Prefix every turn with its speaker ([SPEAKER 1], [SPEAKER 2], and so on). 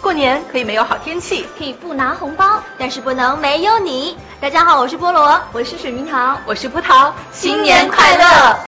[SPEAKER 1] 过年可以没有好天气，
[SPEAKER 2] 可以不拿红包，但是不能没有你。大家好，我是菠萝，我是水蜜桃，
[SPEAKER 1] 我是葡萄，
[SPEAKER 2] 新年快乐！